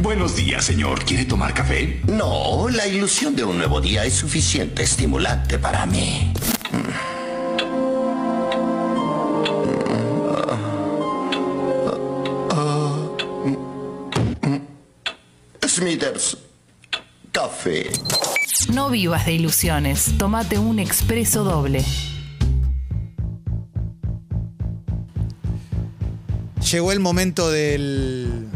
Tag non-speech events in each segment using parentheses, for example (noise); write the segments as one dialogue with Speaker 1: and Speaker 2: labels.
Speaker 1: Buenos días, señor. ¿Quiere tomar café?
Speaker 2: No, la ilusión de un nuevo día es suficiente estimulante para mí. Smithers, café.
Speaker 3: No vivas de ilusiones. Tómate un expreso doble.
Speaker 4: Llegó el momento del.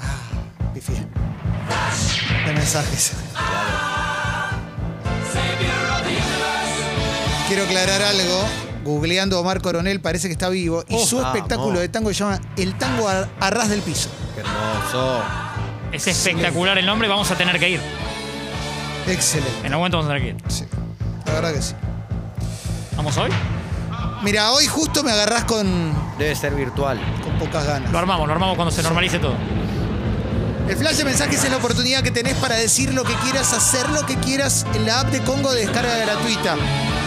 Speaker 4: Ah, pifié. De mensajes. Quiero aclarar algo. Googleando a Omar Coronel parece que está vivo. Y
Speaker 5: Oh,
Speaker 4: su espectáculo
Speaker 5: vamos.
Speaker 4: de tango se llama El tango a, a ras del piso.
Speaker 5: Qué hermoso.
Speaker 6: Es espectacular el nombre, vamos a tener que ir.
Speaker 4: Excelente.
Speaker 6: En algún momento vamos a tener que ir.
Speaker 4: Sí. La verdad que sí.
Speaker 6: ¿Vamos hoy?
Speaker 4: Mira, hoy justo me agarrás con,
Speaker 5: Debe ser virtual.
Speaker 4: con pocas ganas.
Speaker 6: Lo armamos, lo armamos cuando se normalice todo.
Speaker 4: El flash de mensajes es la oportunidad que tenés para decir lo que quieras, hacer lo que quieras en la app de Congo de descarga gratuita.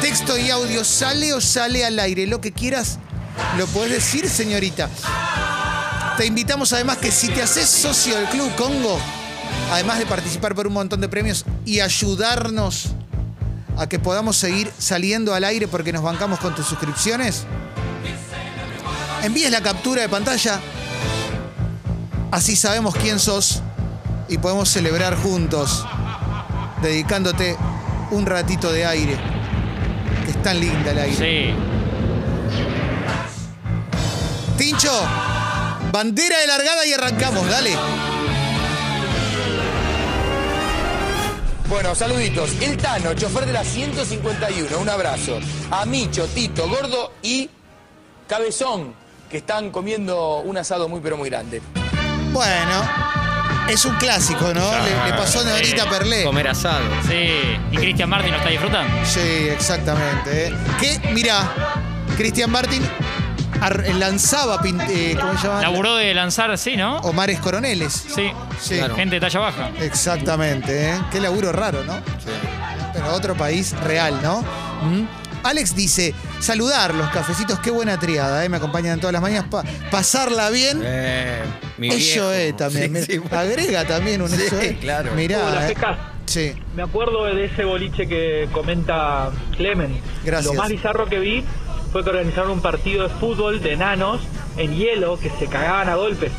Speaker 4: Texto y audio, sale o sale al aire. Lo que quieras, lo podés decir, señorita. Te invitamos además que si te haces socio del Club Congo, además de participar por un montón de premios y ayudarnos a que podamos seguir saliendo al aire porque nos bancamos con tus suscripciones, envíes la captura de pantalla Así sabemos quién sos y podemos celebrar juntos, dedicándote un ratito de aire. Que es tan linda el aire.
Speaker 6: Sí.
Speaker 4: Tincho, bandera de largada y arrancamos, dale.
Speaker 7: Bueno, saluditos. El Tano, chofer de la 151, un abrazo. A Micho, Tito, Gordo y Cabezón, que están comiendo un asado muy pero muy grande.
Speaker 4: Bueno, es un clásico, ¿no? Le, le pasó a Norita
Speaker 6: sí.
Speaker 4: Perlé.
Speaker 5: Comer asado.
Speaker 6: Sí. ¿Y Cristian Martin lo está disfrutando?
Speaker 4: Sí, exactamente. ¿eh? Que, mirá, Cristian Martín ar- lanzaba, pin- eh, ¿cómo se llama?
Speaker 6: Laburó de lanzar, sí, ¿no?
Speaker 4: Omares Coroneles.
Speaker 6: Sí.
Speaker 4: Sí.
Speaker 5: Claro.
Speaker 6: Gente de talla baja.
Speaker 4: Exactamente, ¿eh? Qué laburo raro, ¿no? Pero otro país real, ¿no? ¿Mm? Alex dice, saludar los cafecitos, qué buena triada, ¿eh? Me acompañan todas las mañanas, pa- pasarla bien.
Speaker 5: Eh, mi
Speaker 4: Eso
Speaker 5: viejo.
Speaker 4: es también.
Speaker 5: (laughs) Sí,
Speaker 4: me-
Speaker 5: sí, bueno.
Speaker 4: Agrega también un
Speaker 5: Sí,
Speaker 4: eso es.
Speaker 5: claro.
Speaker 4: Mirá,
Speaker 8: Hola,
Speaker 4: eh.
Speaker 8: Pecas.
Speaker 4: Sí,
Speaker 8: Me acuerdo de ese boliche que comenta Clemen.
Speaker 4: Gracias.
Speaker 8: Lo más bizarro que vi fue que organizaron un partido de fútbol de enanos en hielo que se cagaban a golpes.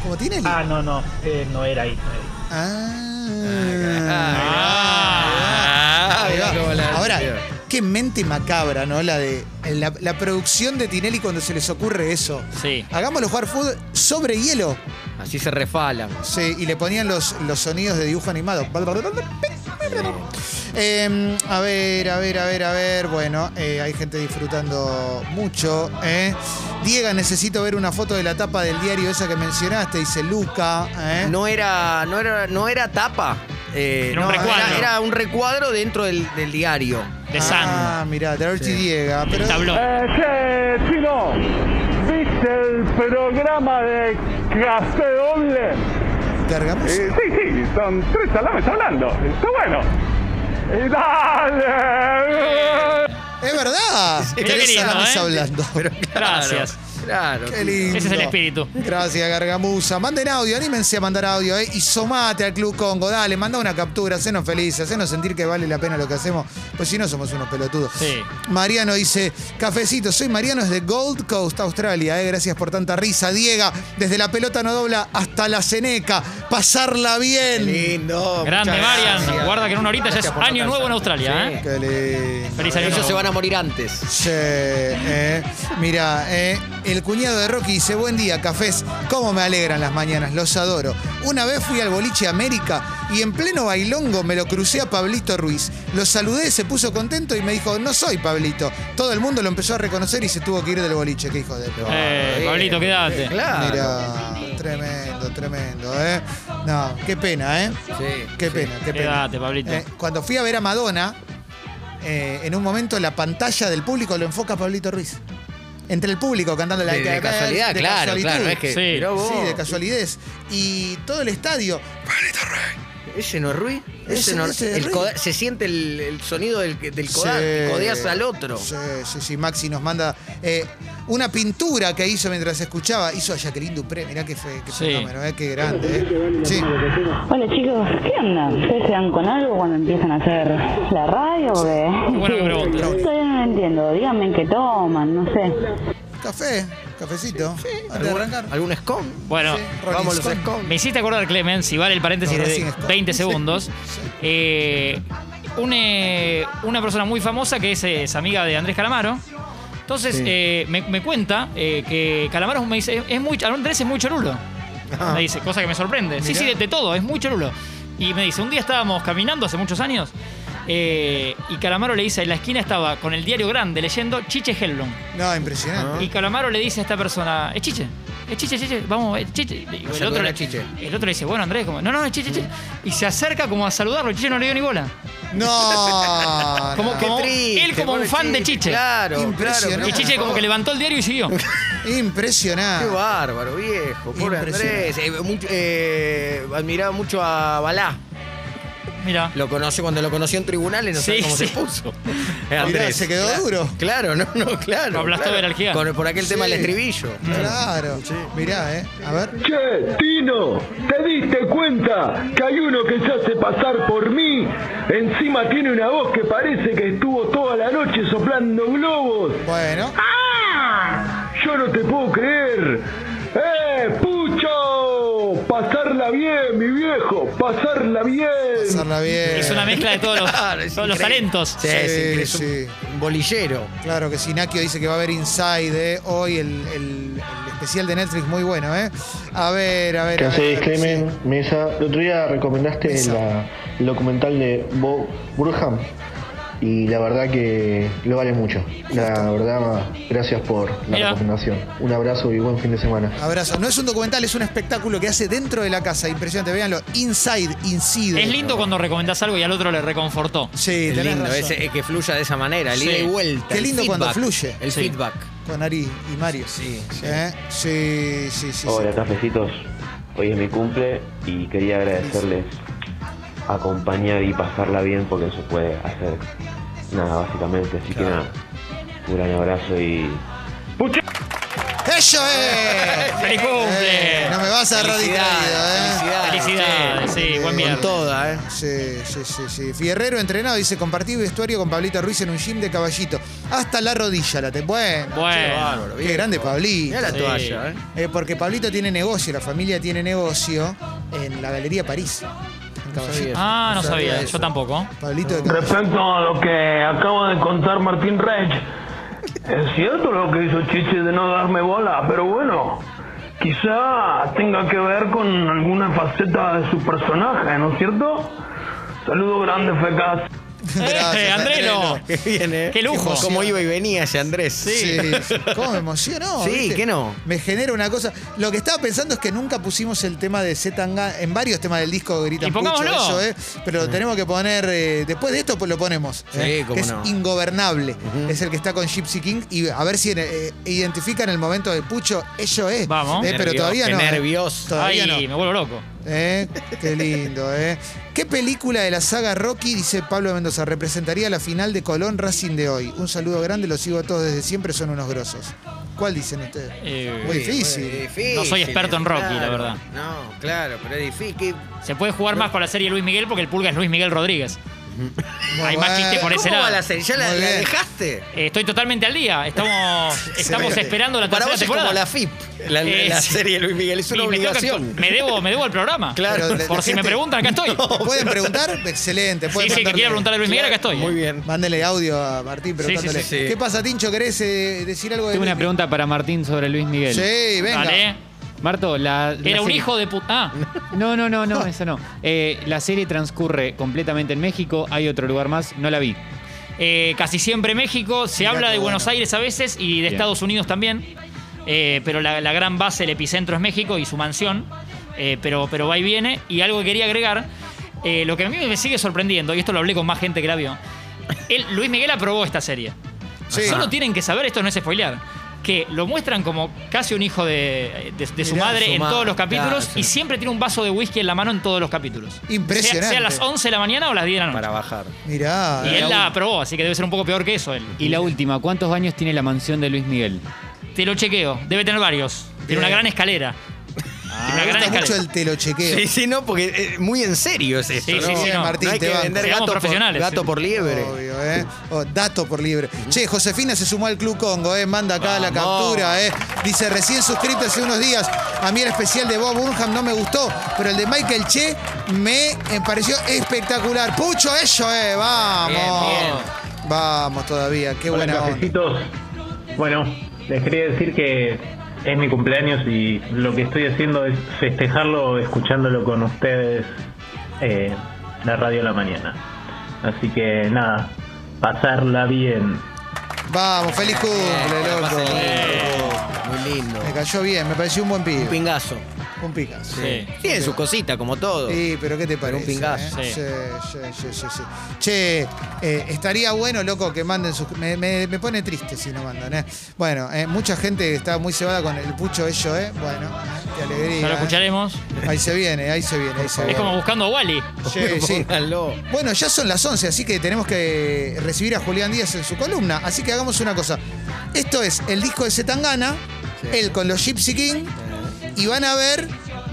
Speaker 4: ¿cómo tiene? el-
Speaker 8: Ah, no, no, eh, no era ahí. no era ahí.
Speaker 4: Ah.
Speaker 5: Ah,
Speaker 4: Ahí va.
Speaker 5: mirá cómo la-
Speaker 4: Ahora, qué mente macabra, ¿no? La de la, la producción de Tinelli cuando se les ocurre eso.
Speaker 6: Sí.
Speaker 4: Hagámoslo jugar fútbol sobre hielo.
Speaker 5: Así se refalan.
Speaker 4: Sí, y le ponían los, los sonidos de dibujo animado. Eh, a ver, a ver, a ver, a ver. Bueno, eh, hay gente disfrutando mucho. ¿eh? Diego, necesito ver una foto de la tapa del diario esa que mencionaste, dice Luca. ¿eh?
Speaker 5: No era, no era, no era tapa. Eh,
Speaker 6: Era un
Speaker 5: no,
Speaker 6: recuadro.
Speaker 5: Era, era un recuadro dentro del, del diario.
Speaker 6: De San.
Speaker 4: Ah, mirá, de Archie Diego. Pero
Speaker 6: El tablón.
Speaker 9: Eh, che, Chino, ¿viste el programa de Café Doble?
Speaker 4: Gargamosa.
Speaker 9: Eh, sí, sí, son tres salames hablando. Está bueno. Y dale.
Speaker 4: Es verdad.
Speaker 6: Mirá qué
Speaker 4: Tres
Speaker 6: lindo,
Speaker 4: salames
Speaker 6: ¿eh?
Speaker 4: hablando.
Speaker 6: Gracias.
Speaker 5: Claro.
Speaker 4: Qué lindo.
Speaker 6: Ese es el espíritu.
Speaker 4: Gracias, Gargamusa. Manden audio, anímense a mandar audio, ¿eh? Y somate al Club Congo, dale, manda una captura, hacenos felices, hacenos sentir que vale la pena lo que hacemos, pues si no somos unos pelotudos.
Speaker 6: Sí.
Speaker 4: Mariano dice, cafecito, soy Mariano desde Gold Coast, Australia, ¿eh? Gracias por tanta risa, Diega, desde la pelota no dobla hasta la Ceneca, pasarla
Speaker 5: Qué
Speaker 4: bien.
Speaker 5: lindo.
Speaker 6: Grande,
Speaker 5: muchas
Speaker 6: Marian.
Speaker 5: gracias.
Speaker 6: Guarda que en una horita ya
Speaker 5: Gracias
Speaker 6: es
Speaker 5: por no
Speaker 6: año nuevo en Australia,
Speaker 5: cansarte.
Speaker 6: ¿eh?
Speaker 5: Sí.
Speaker 4: Qué lindo.
Speaker 6: Feliz año
Speaker 5: Ellos se
Speaker 6: nuevo.
Speaker 5: van a morir antes.
Speaker 4: Sí, eh. Mira, eh, el cuñado de Rocky dice, buen día, cafés, cómo me alegran las mañanas, los adoro. Una vez fui al boliche América y en pleno bailongo me lo crucé a Pablito Ruiz. Lo saludé, se puso contento y me dijo, no soy Pablito. Todo el mundo lo empezó a reconocer y se tuvo que ir del boliche, qué hijo de...
Speaker 6: Eh,
Speaker 5: Bien.
Speaker 6: Pablito, quédate.
Speaker 5: Claro.
Speaker 4: Mira, tremendo, tremendo, ¿eh? No, qué pena, ¿eh?
Speaker 5: Sí,
Speaker 4: Qué
Speaker 5: sí.
Speaker 4: pena, qué pena.
Speaker 6: Quédate, Pablito.
Speaker 4: Eh, cuando fui a ver a Madonna, eh, en un momento la pantalla del público lo enfoca a Pablito Ruiz. Entre el público cantando la
Speaker 5: De, de casualidad,
Speaker 4: de
Speaker 5: claro,
Speaker 4: casualitud.
Speaker 5: claro. no es que,
Speaker 6: Sí.
Speaker 5: mirá vos.
Speaker 4: Sí, de casualidad. Y todo el estadio.
Speaker 5: Ese no es Ruiz.
Speaker 4: Ese-
Speaker 5: Ese no
Speaker 4: ese es
Speaker 5: el
Speaker 4: Ruiz.
Speaker 5: coda- Se siente el, el sonido del, del
Speaker 4: Sí.
Speaker 5: codal. Codeas al otro.
Speaker 4: Sí, sí, sí. Maxi nos manda. eh, una pintura que hizo mientras escuchaba. Hizo a Jacqueline Dupré, mirá que fue, qué
Speaker 6: Sí.
Speaker 4: fenómeno, eh, qué grande. eh. Sí.
Speaker 10: Hola chicos, ¿qué onda? ¿Ustedes se dan con algo cuando empiezan a hacer la radio? o qué?
Speaker 6: Buena pregunta.
Speaker 10: Todavía no lo entiendo, díganme qué toman, no sé.
Speaker 4: Café, cafecito. Antes de arrancar.
Speaker 5: ¿Algún scone?
Speaker 6: Bueno,
Speaker 4: Sí, Rolling
Speaker 5: Vamos los
Speaker 4: Stone.
Speaker 5: scones.
Speaker 6: me hiciste acordar, Clemens, si vale el paréntesis
Speaker 4: No, Rolling
Speaker 6: de
Speaker 4: Stone.
Speaker 6: 20
Speaker 4: Sí,
Speaker 6: segundos. Eh, un, eh, una persona muy famosa que es, eh, es amiga de Andrés Calamaro. Entonces, eh, me, me cuenta eh, que Calamaro me dice, es, es muy, Andrés es muy chorulo. Me dice, cosa que me sorprende.
Speaker 4: Ah.
Speaker 6: Sí,
Speaker 4: Mirá.
Speaker 6: sí, de, de todo, es muy chorulo. Y me dice, un día estábamos caminando hace muchos años eh, y Calamaro le dice, en la esquina estaba con el diario grande leyendo Chiche Hellblum.
Speaker 4: No, impresionante.
Speaker 5: Ah.
Speaker 6: Y Calamaro le dice a esta persona, es chiche, es chiche, chiche, vamos, es chiche. Y
Speaker 5: Lo
Speaker 6: el,
Speaker 5: saludó
Speaker 6: otro
Speaker 5: la
Speaker 6: le,
Speaker 5: Chiche.
Speaker 6: el otro le dice, bueno Andrés, como, no, no, es chiche, chiche. Y se acerca como a saludarlo, Chiche no le dio ni bola.
Speaker 4: No.
Speaker 6: Como-
Speaker 4: no.
Speaker 6: como- él como un
Speaker 5: pobre
Speaker 6: fan de Chiche.
Speaker 5: Claro,
Speaker 4: Impresionante.
Speaker 5: claro.
Speaker 6: Y Chiche como que levantó el diario y siguió.
Speaker 5: Qué
Speaker 4: Impresionante.
Speaker 5: bárbaro, viejo. Pobre
Speaker 4: Impresionante.
Speaker 5: Andrés. Eh, mucho- eh, admiraba mucho a Balá.
Speaker 6: Mira.
Speaker 5: Lo conoció cuando lo conoció en tribunales, (laughs) no sé
Speaker 6: Sí,
Speaker 5: cómo
Speaker 6: sí.
Speaker 5: se puso.
Speaker 6: (laughs)
Speaker 5: Eh,
Speaker 4: Mirá,
Speaker 5: Andrés.
Speaker 4: se quedó duro.
Speaker 5: Claro, no, no, claro.
Speaker 6: Lo aplastó
Speaker 5: claro.
Speaker 6: Berenjena.
Speaker 5: Con- por aquel
Speaker 4: Sí.
Speaker 5: tema del estribillo.
Speaker 4: Claro. Mirá, eh. A ver.
Speaker 9: Che, Tino, ¿te diste cuenta que hay uno que se hace pasar por mí? Encima tiene una voz que parece que estuvo toda la noche soplando globos.
Speaker 4: Bueno.
Speaker 9: ¡Ah! Yo no te puedo creer. ¡Eh, pucho! Pasarla bien, mi viejo. Pasarla bien.
Speaker 4: Pasarla bien.
Speaker 6: Es una mezcla de todos
Speaker 5: (laughs)
Speaker 6: los,
Speaker 5: Claro, es
Speaker 6: todos los
Speaker 5: increíble.
Speaker 6: talentos.
Speaker 5: Sí, es
Speaker 4: Sí,
Speaker 5: increíble, es un-
Speaker 4: sí.
Speaker 5: un bolillero.
Speaker 4: Claro que sí, Nakio dice que va a haber Inside eh, hoy, el, el- el especial de Netflix muy bueno, ¿eh? A ver, a ver. a ver, sí.
Speaker 9: Mesa, el otro día recomendaste
Speaker 4: Mesa. la-
Speaker 9: el documental de Bob Burham y la verdad que lo vale mucho. La verdad, gracias por
Speaker 6: la Mira.
Speaker 9: recomendación. Un abrazo y buen fin de semana.
Speaker 4: Abrazo. No es un documental, es un espectáculo que hace dentro de la casa. Impresionante, véanlo. Inside, Inside.
Speaker 6: Es lindo cuando recomendás algo y al otro le reconfortó.
Speaker 4: Sí,
Speaker 5: Es
Speaker 4: tenés
Speaker 5: lindo
Speaker 4: razón.
Speaker 5: ese- eh, que fluya de esa manera, el
Speaker 6: Sí.
Speaker 5: ida y vuelta.
Speaker 4: Qué
Speaker 5: el
Speaker 4: lindo cuando
Speaker 5: feedback,
Speaker 4: fluye.
Speaker 5: El
Speaker 6: Sí.
Speaker 5: feedback.
Speaker 4: Con Ari y Mario.
Speaker 5: Sí, sí.
Speaker 4: ¿Eh? Sí, sí, sí. sí.
Speaker 11: Hola cafecitos, hoy es mi cumple y quería agradecerles acompañar y pasarla bien porque se puede hacer nada básicamente, así que nada, un gran abrazo y
Speaker 4: ¡Eso
Speaker 5: (laughs)
Speaker 4: es!
Speaker 6: ¡Feliz cumple!
Speaker 4: Eh, no me vas a agarrar distraído, ¿eh?
Speaker 5: felicidades,
Speaker 6: Felicidades, sí, buen
Speaker 5: Con
Speaker 6: viernes.
Speaker 5: toda, ¿eh?
Speaker 4: Sí, sí, sí, sí. Fierrero entrenado, dice, compartí vestuario con Pablito Ruiz en un gym de caballito. Hasta la rodilla la te. Bueno.
Speaker 6: Bueno,
Speaker 5: Bárbaro,
Speaker 4: Qué
Speaker 5: viejo.
Speaker 4: grande Pablito.
Speaker 5: Mirá la
Speaker 6: Sí.
Speaker 5: toalla, ¿eh?
Speaker 4: Eh, porque Pablito tiene negocio, la familia tiene negocio en la Galería París. En Caballito.
Speaker 5: sabía.
Speaker 6: ah,
Speaker 5: No
Speaker 6: no sabía,
Speaker 5: sabía
Speaker 6: yo
Speaker 5: eso.
Speaker 6: tampoco.
Speaker 4: Pablito de Caballito.
Speaker 9: Respecto a lo que acaba de contar Martín Rech, es cierto lo que hizo Chiche de no darme bola, pero bueno, quizá tenga que ver con alguna faceta de su personaje, ¿no es cierto? Saludo grande, fecas.
Speaker 6: Eh,
Speaker 4: Gracias,
Speaker 6: Andreno.
Speaker 5: (laughs) (laughs) Qué bien, ¿eh?
Speaker 6: Qué lujo.
Speaker 5: Cómo iba y venía ese Andrés.
Speaker 4: Sí. Eh, sí. ¿Cómo me emocionó?
Speaker 5: Sí,
Speaker 4: ¿viste?
Speaker 5: ¿qué no?
Speaker 4: Me genera una cosa. Lo que estaba pensando es que nunca pusimos el tema de Zetanga en varios temas del disco Gritan
Speaker 6: Y
Speaker 4: Pucho, eso,
Speaker 6: pongámoslo.
Speaker 4: ¿eh? Pero lo tenemos que poner. eh, después de esto pues, lo ponemos.
Speaker 5: Sí,
Speaker 4: ¿eh?
Speaker 5: cómo
Speaker 4: que
Speaker 5: no.
Speaker 4: Es Ingobernable. Es el que está con Gypsy King. Y a ver si eh, identifican el momento de Pucho. Ello es.
Speaker 6: Vamos.
Speaker 4: ¿eh? Pero
Speaker 5: Nervio-
Speaker 4: todavía
Speaker 5: qué
Speaker 4: no. ¿eh?
Speaker 5: nervios.
Speaker 4: Todavía
Speaker 6: Ay,
Speaker 4: no.
Speaker 6: me vuelvo loco.
Speaker 4: ¿Eh? Qué lindo, ¿eh? ¿Qué película de la saga Rocky, dice Pablo de Mendoza, representaría la final de Colón Racing de hoy? Un saludo grande, los sigo a todos desde siempre, son unos grosos. ¿Cuál dicen ustedes?
Speaker 6: Eh,
Speaker 4: Muy difícil.
Speaker 5: Eh, difícil,
Speaker 6: No soy experto en Rocky, la verdad.
Speaker 5: No, claro, pero es difícil. ¿Qué-
Speaker 6: Se puede jugar más con la serie Luis Miguel porque el pulga es Luis Miguel Rodríguez.
Speaker 4: Muy
Speaker 6: Hay más
Speaker 4: bueno.
Speaker 6: chiste por ese
Speaker 5: ¿Cómo va
Speaker 6: lado.
Speaker 5: la serie? ¿Ya la,
Speaker 4: Muy
Speaker 5: la
Speaker 4: bien.
Speaker 5: dejaste?
Speaker 6: Eh, estoy totalmente al
Speaker 5: (laughs)
Speaker 6: día. Estamos, estamos
Speaker 4: Excelente.
Speaker 6: esperando la
Speaker 5: Para
Speaker 6: tercera
Speaker 5: vos es
Speaker 6: temporada.
Speaker 5: como la FIP, la,
Speaker 6: Es-
Speaker 5: la serie de Luis Miguel. Es una
Speaker 6: Y me, tengo que
Speaker 5: obligación.
Speaker 6: actu- me debo, me debo al programa.
Speaker 5: Claro.
Speaker 4: Pero la-
Speaker 6: Por
Speaker 4: la
Speaker 6: si me
Speaker 4: gente-
Speaker 6: preguntan, acá estoy.
Speaker 4: ¿Pueden preguntar? Excelente.
Speaker 6: Sí,
Speaker 4: pueden
Speaker 6: Oh, sí, que quiera preguntar a Luis Miguel, acá estoy. ¿eh?
Speaker 5: Muy bien.
Speaker 4: Mándele audio a Martín preguntándole.
Speaker 5: sí, sí.
Speaker 4: ¿Qué pasa, Tincho? ¿Querés eh, decir algo de
Speaker 12: Tengo una
Speaker 4: Luis
Speaker 12: pregunta para Martín sobre Luis Miguel.
Speaker 4: Sí, venga.
Speaker 6: Dale.
Speaker 12: Marto, la, la
Speaker 6: Era un
Speaker 12: serie-
Speaker 6: hijo de puta. Ah,
Speaker 12: (laughs) No, no, no, no, eso no. Eh, la serie transcurre completamente en México. Hay otro lugar más, no la vi.
Speaker 6: eh, casi siempre México. Se
Speaker 4: Mirá
Speaker 6: habla
Speaker 4: qué
Speaker 6: de Buenos
Speaker 4: bueno.
Speaker 6: Aires a veces y de Estados Unidos también. Eh, pero la, la gran base, el epicentro es México y su mansión. Eh, pero, pero va y viene. Y algo que quería agregar, eh, lo que a mí me sigue sorprendiendo, y esto lo hablé con más gente que la vio. él- Luis Miguel aprobó esta serie.
Speaker 4: Sí. Ah.
Speaker 6: Solo tienen que saber, esto no es spoilear, que lo muestran como casi un hijo de, de- de su
Speaker 4: Mirá,
Speaker 6: madre
Speaker 5: su
Speaker 6: en
Speaker 5: madre,
Speaker 6: todos los capítulos
Speaker 5: claro, sí.
Speaker 6: y siempre tiene un vaso de whisky en la mano en todos los capítulos.
Speaker 4: Impresionante.
Speaker 6: Sea, sea a las 11 de la mañana o las 10 de la noche.
Speaker 5: Para bajar.
Speaker 4: Mirá.
Speaker 6: Y él
Speaker 4: eh.
Speaker 6: la aprobó, así que debe ser un poco peor que eso él.
Speaker 12: Y la última, ¿cuántos baños tiene la mansión de Luis Miguel?
Speaker 6: Te lo chequeo. Debe tener varios. Tiene
Speaker 4: Bien.
Speaker 6: una
Speaker 4: Ah,
Speaker 6: gran escalera. Tiene una
Speaker 4: Me
Speaker 6: gran
Speaker 4: gusta mucho
Speaker 6: escalera.
Speaker 4: el te lo chequeo.
Speaker 5: Sí, sí, no, porque eh, muy en serio es esto.
Speaker 6: Sí, sí,
Speaker 5: ¿no?
Speaker 6: sí, no.
Speaker 4: Martín,
Speaker 5: No hay
Speaker 4: te
Speaker 5: que
Speaker 4: banco.
Speaker 5: vender
Speaker 6: Seamos
Speaker 5: gato por,
Speaker 6: profesionales.
Speaker 5: gato por liebre.
Speaker 4: Obvio, ¿eh? Oh, dato por libre. Che, Josefina se sumó al Club Congo, ¿eh? Manda acá la
Speaker 5: Vamos.
Speaker 4: captura, ¿eh? Dice, recién suscrita hace unos días. A mí el especial de Bob Burnham no me gustó, pero el de Michael Che me eh, pareció espectacular. Pucho eso, ¿eh? Vamos.
Speaker 6: Bien,
Speaker 4: Vamos todavía, qué
Speaker 9: Hola,
Speaker 4: buena onda.
Speaker 9: cafecitos. Bueno, les quería decir que es mi cumpleaños y lo que estoy haciendo es festejarlo escuchándolo con ustedes eh, la radio a la mañana. Así que nada, pasarla bien.
Speaker 4: Vamos, feliz cumple, loco.
Speaker 5: Muy lindo.
Speaker 4: Me cayó bien, me pareció un buen
Speaker 5: Un
Speaker 4: pibe.
Speaker 5: pingazo.
Speaker 4: Un picazo.
Speaker 6: Sí.
Speaker 5: Tiene sus cositas, como todo.
Speaker 4: Sí,
Speaker 5: (laughs)
Speaker 4: pero ¿qué te parece?
Speaker 5: un pingazo.
Speaker 4: eh?
Speaker 6: Sí.
Speaker 4: Sí, sí, sí, sí, sí. Che, eh, estaría bueno, loco, que manden sus... Me, me- me pone triste si no mandan, ¿eh? Bueno, eh, mucha gente está muy cebada con el pucho ello, ¿eh? Bueno, eh, qué alegría.
Speaker 6: No lo
Speaker 4: eh.
Speaker 6: escucharemos.
Speaker 4: Ahí se viene, ahí se viene, ahí se
Speaker 6: Es
Speaker 4: viene.
Speaker 6: como buscando a Wally.
Speaker 4: Sí, sí.
Speaker 5: Pónganlo.
Speaker 4: Bueno, ya son las 11, así que tenemos que recibir a Julián Díaz en su columna. Así que hagamos una cosa. Esto es el disco de Zetangana, él con los Gypsy King, y van a ver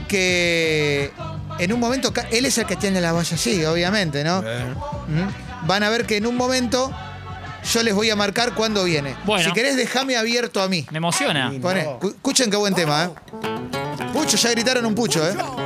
Speaker 4: que en un momento, ca- él es el que tiene la valla así, obviamente, ¿no?
Speaker 5: Eh.
Speaker 4: ¿Mm? Van a ver que en un momento yo les voy a marcar cuándo viene.
Speaker 6: Bueno.
Speaker 4: Si querés, déjame abierto a mí.
Speaker 6: Me emociona.
Speaker 4: Poné. Cu- Escuchen qué buen tema, ¿eh? Pucho, ya gritaron un pucho, ¿eh?